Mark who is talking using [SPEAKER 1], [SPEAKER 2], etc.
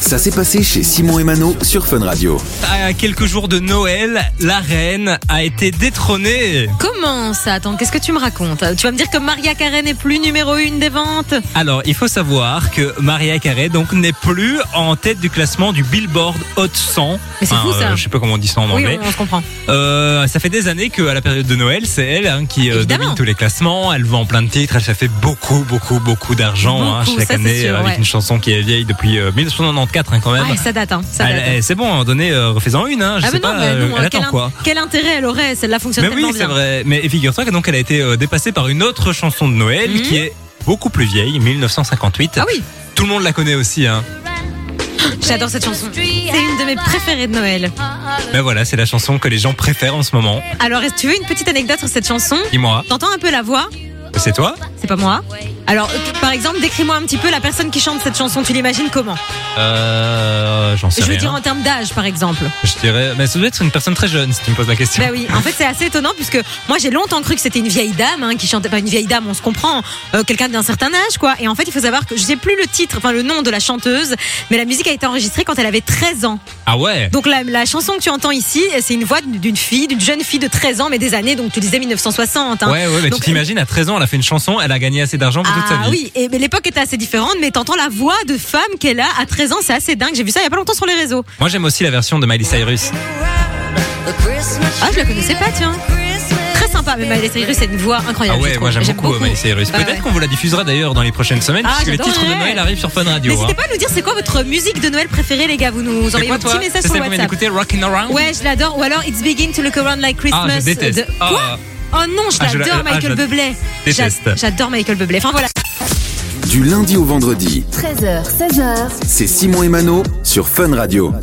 [SPEAKER 1] Ça s'est passé chez Simon et Mano sur Fun Radio.
[SPEAKER 2] À quelques jours de Noël, la reine a été détrônée.
[SPEAKER 3] Comment ça Attends, qu'est-ce que tu me racontes Tu vas me dire que Maria Carré n'est plus numéro une des ventes
[SPEAKER 2] Alors, il faut savoir que Maria Carey donc n'est plus en tête du classement du Billboard Hot 100.
[SPEAKER 3] Mais c'est fou, ça.
[SPEAKER 2] euh, je sais pas comment on dit ça en
[SPEAKER 3] Oui,
[SPEAKER 2] anglais.
[SPEAKER 3] on, on se comprend.
[SPEAKER 2] Euh, ça fait des années qu'à la période de Noël, c'est elle hein, qui euh,
[SPEAKER 3] Évidemment.
[SPEAKER 2] domine tous les classements. Elle vend plein de titres. Elle ça fait beaucoup, beaucoup, beaucoup d'argent hein,
[SPEAKER 3] Beaucoup,
[SPEAKER 2] chaque
[SPEAKER 3] ça, c'est
[SPEAKER 2] année
[SPEAKER 3] sûr,
[SPEAKER 2] euh, avec
[SPEAKER 3] ouais.
[SPEAKER 2] une chanson qui est vieille depuis euh, 1994 hein, quand même.
[SPEAKER 3] Ah, ça date, hein, ça date.
[SPEAKER 2] Elle- elle- c'est bon, à un moment donné, euh, refais-en une. Hein, je
[SPEAKER 3] ah,
[SPEAKER 2] sais
[SPEAKER 3] mais non,
[SPEAKER 2] pas,
[SPEAKER 3] mais
[SPEAKER 2] euh,
[SPEAKER 3] non,
[SPEAKER 2] elle
[SPEAKER 3] hein,
[SPEAKER 2] attend
[SPEAKER 3] quel, in-
[SPEAKER 2] quoi
[SPEAKER 3] quel intérêt elle aurait Celle-là fonctionne
[SPEAKER 2] Mais
[SPEAKER 3] tellement
[SPEAKER 2] oui, c'est
[SPEAKER 3] bien.
[SPEAKER 2] vrai. Mais figure-toi que donc elle a été euh, dépassée par une autre chanson de Noël
[SPEAKER 3] Mhm.
[SPEAKER 2] qui est beaucoup plus vieille, 1958.
[SPEAKER 3] Ah oui,
[SPEAKER 2] Tout le monde la connaît aussi. Hein.
[SPEAKER 3] j'adore cette chanson. C'est une de mes préférées de Noël.
[SPEAKER 2] Mais voilà, c'est la chanson que les gens préfèrent en ce moment.
[SPEAKER 3] Alors, est-ce que tu veux une petite anecdote sur cette chanson
[SPEAKER 2] Dis-moi,
[SPEAKER 3] T'entends un peu la voix
[SPEAKER 2] c'est toi
[SPEAKER 3] C'est pas moi. Alors, euh, par exemple, décris-moi un petit peu la personne qui chante cette chanson. Tu l'imagines comment
[SPEAKER 2] Euh, j'en sais
[SPEAKER 3] Je veux
[SPEAKER 2] rien.
[SPEAKER 3] dire en termes d'âge, par exemple.
[SPEAKER 2] Je dirais, mais ça doit être une personne très jeune si tu me poses la question.
[SPEAKER 3] Bah oui, en fait c'est assez étonnant puisque moi j'ai longtemps cru que c'était une vieille dame hein, qui chantait, pas une vieille dame, on se comprend, euh, quelqu'un d'un certain âge quoi. Et en fait il faut savoir que je sais plus le titre, enfin le nom de la chanteuse, mais la musique a été enregistrée quand elle avait 13 ans.
[SPEAKER 2] Ah ouais
[SPEAKER 3] Donc la, la chanson que tu entends ici, c'est une voix d'une fille, d'une jeune fille de 13 ans, mais des années, donc tu disais 1960. Hein.
[SPEAKER 2] Ouais, ouais, mais
[SPEAKER 3] Donc,
[SPEAKER 2] tu t'imagines, à 13 ans, elle a fait une chanson, elle a gagné assez d'argent pour toute sa
[SPEAKER 3] Ah
[SPEAKER 2] vie.
[SPEAKER 3] oui, et, mais l'époque était assez différente, mais t'entends la voix de femme qu'elle a à 13 ans, c'est assez dingue. J'ai vu ça il y a pas longtemps sur les réseaux.
[SPEAKER 2] Moi, j'aime aussi la version de Miley Cyrus.
[SPEAKER 3] Euh, Ah, je la connaissais pas, tiens. Très sympa, mais Miley Cyrus, c'est une voix
[SPEAKER 2] Ah
[SPEAKER 3] incroyable. je
[SPEAKER 2] ouais,
[SPEAKER 3] trouve.
[SPEAKER 2] moi j'aime beaucoup, euh, Miley Cyrus.
[SPEAKER 3] Ouais,
[SPEAKER 2] Peut-être
[SPEAKER 3] ouais.
[SPEAKER 2] qu'on vous la diffusera d'ailleurs dans les prochaines semaines,
[SPEAKER 3] Ah,
[SPEAKER 2] puisque les
[SPEAKER 3] j'adorerais.
[SPEAKER 2] titres de Noël arrivent sur Fun Radio.
[SPEAKER 3] N'hésitez
[SPEAKER 2] hein.
[SPEAKER 3] pas à nous dire c'est quoi votre musique de Noël préférée, les gars. Vous nous
[SPEAKER 2] C'est
[SPEAKER 3] envoyez
[SPEAKER 2] quoi
[SPEAKER 3] un petit
[SPEAKER 2] toi
[SPEAKER 3] message
[SPEAKER 2] C'est
[SPEAKER 3] sur
[SPEAKER 2] celle qu'on vient
[SPEAKER 3] WhatsApp.
[SPEAKER 2] d'écouter, Rockin' Around
[SPEAKER 3] Ouais, je l'adore. Ou alors It's Begin to Look Around Like Christmas.
[SPEAKER 2] Ah, je déteste.
[SPEAKER 3] de-
[SPEAKER 2] Ah.
[SPEAKER 3] Quoi Oh non, je
[SPEAKER 2] Ah, je
[SPEAKER 3] l'adore,
[SPEAKER 2] la- ah,
[SPEAKER 3] Michael
[SPEAKER 2] je la
[SPEAKER 3] Bublé.
[SPEAKER 2] déteste.
[SPEAKER 3] J'a- J'adore Michael Bublé. Enfin voilà.
[SPEAKER 1] Du lundi au vendredi,
[SPEAKER 4] 13h, 16h,
[SPEAKER 1] c'est Simon et Mano sur Fun Radio.